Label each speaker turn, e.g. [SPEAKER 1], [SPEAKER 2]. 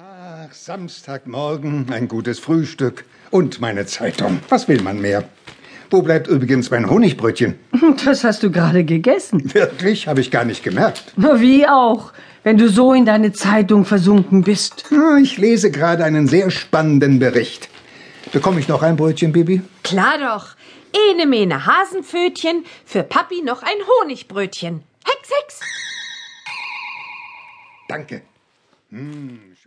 [SPEAKER 1] Nach Samstagmorgen ein gutes Frühstück und meine Zeitung. Was will man mehr? Wo bleibt übrigens mein Honigbrötchen?
[SPEAKER 2] Das hast du gerade gegessen.
[SPEAKER 1] Wirklich? Habe ich gar nicht gemerkt.
[SPEAKER 2] Na, Wie auch, wenn du so in deine Zeitung versunken bist.
[SPEAKER 1] Ah, Ich lese gerade einen sehr spannenden Bericht. Bekomme ich noch ein Brötchen, Bibi?
[SPEAKER 3] Klar doch. Ene mene Hasenpfötchen, für Papi noch ein Honigbrötchen. Hex, hex!
[SPEAKER 1] Danke.